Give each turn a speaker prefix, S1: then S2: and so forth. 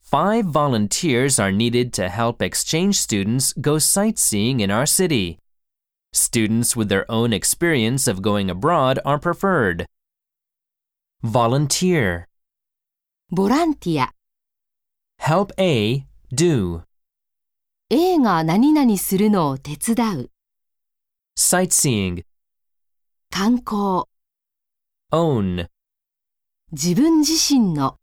S1: Five volunteers are needed to help exchange students go sightseeing in our city. Students with their own experience of going abroad are preferred. Volunteer.
S2: ボランティア
S1: Help A. Do.
S2: A が何々するのを手伝う
S1: Sightseeing.
S2: 観光
S1: Own.
S2: 自分自身の